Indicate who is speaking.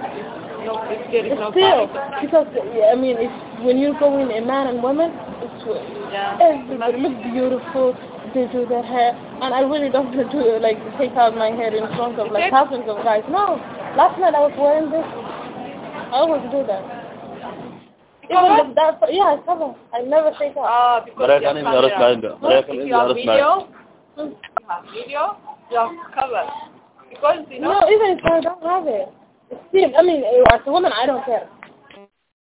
Speaker 1: No, it's, there is
Speaker 2: It's
Speaker 1: no
Speaker 2: still,
Speaker 1: topic.
Speaker 2: because, yeah, I mean, it's, when you go in, a man and woman, it's,
Speaker 1: Yeah.
Speaker 2: everybody look beautiful, they do their hair, and I really don't want to, like, take out my hair in front of,
Speaker 1: Okay.
Speaker 2: like, thousands of guys. No, last night I was wearing this. I always do that. Even
Speaker 1: Cover?
Speaker 2: if that's, yeah, I cover. I never take out.
Speaker 1: Ah, because
Speaker 3: But I
Speaker 1: you
Speaker 3: can't
Speaker 1: have
Speaker 3: even arrest
Speaker 1: camera.
Speaker 3: my- but
Speaker 1: Well,
Speaker 3: I can't
Speaker 1: if
Speaker 3: even
Speaker 1: you have
Speaker 3: arrest my-
Speaker 1: video,
Speaker 2: Mm.
Speaker 1: you have video, you have cover. Because, you know,
Speaker 2: No, even if I don't have it. Still, I mean, as a woman, I don't care.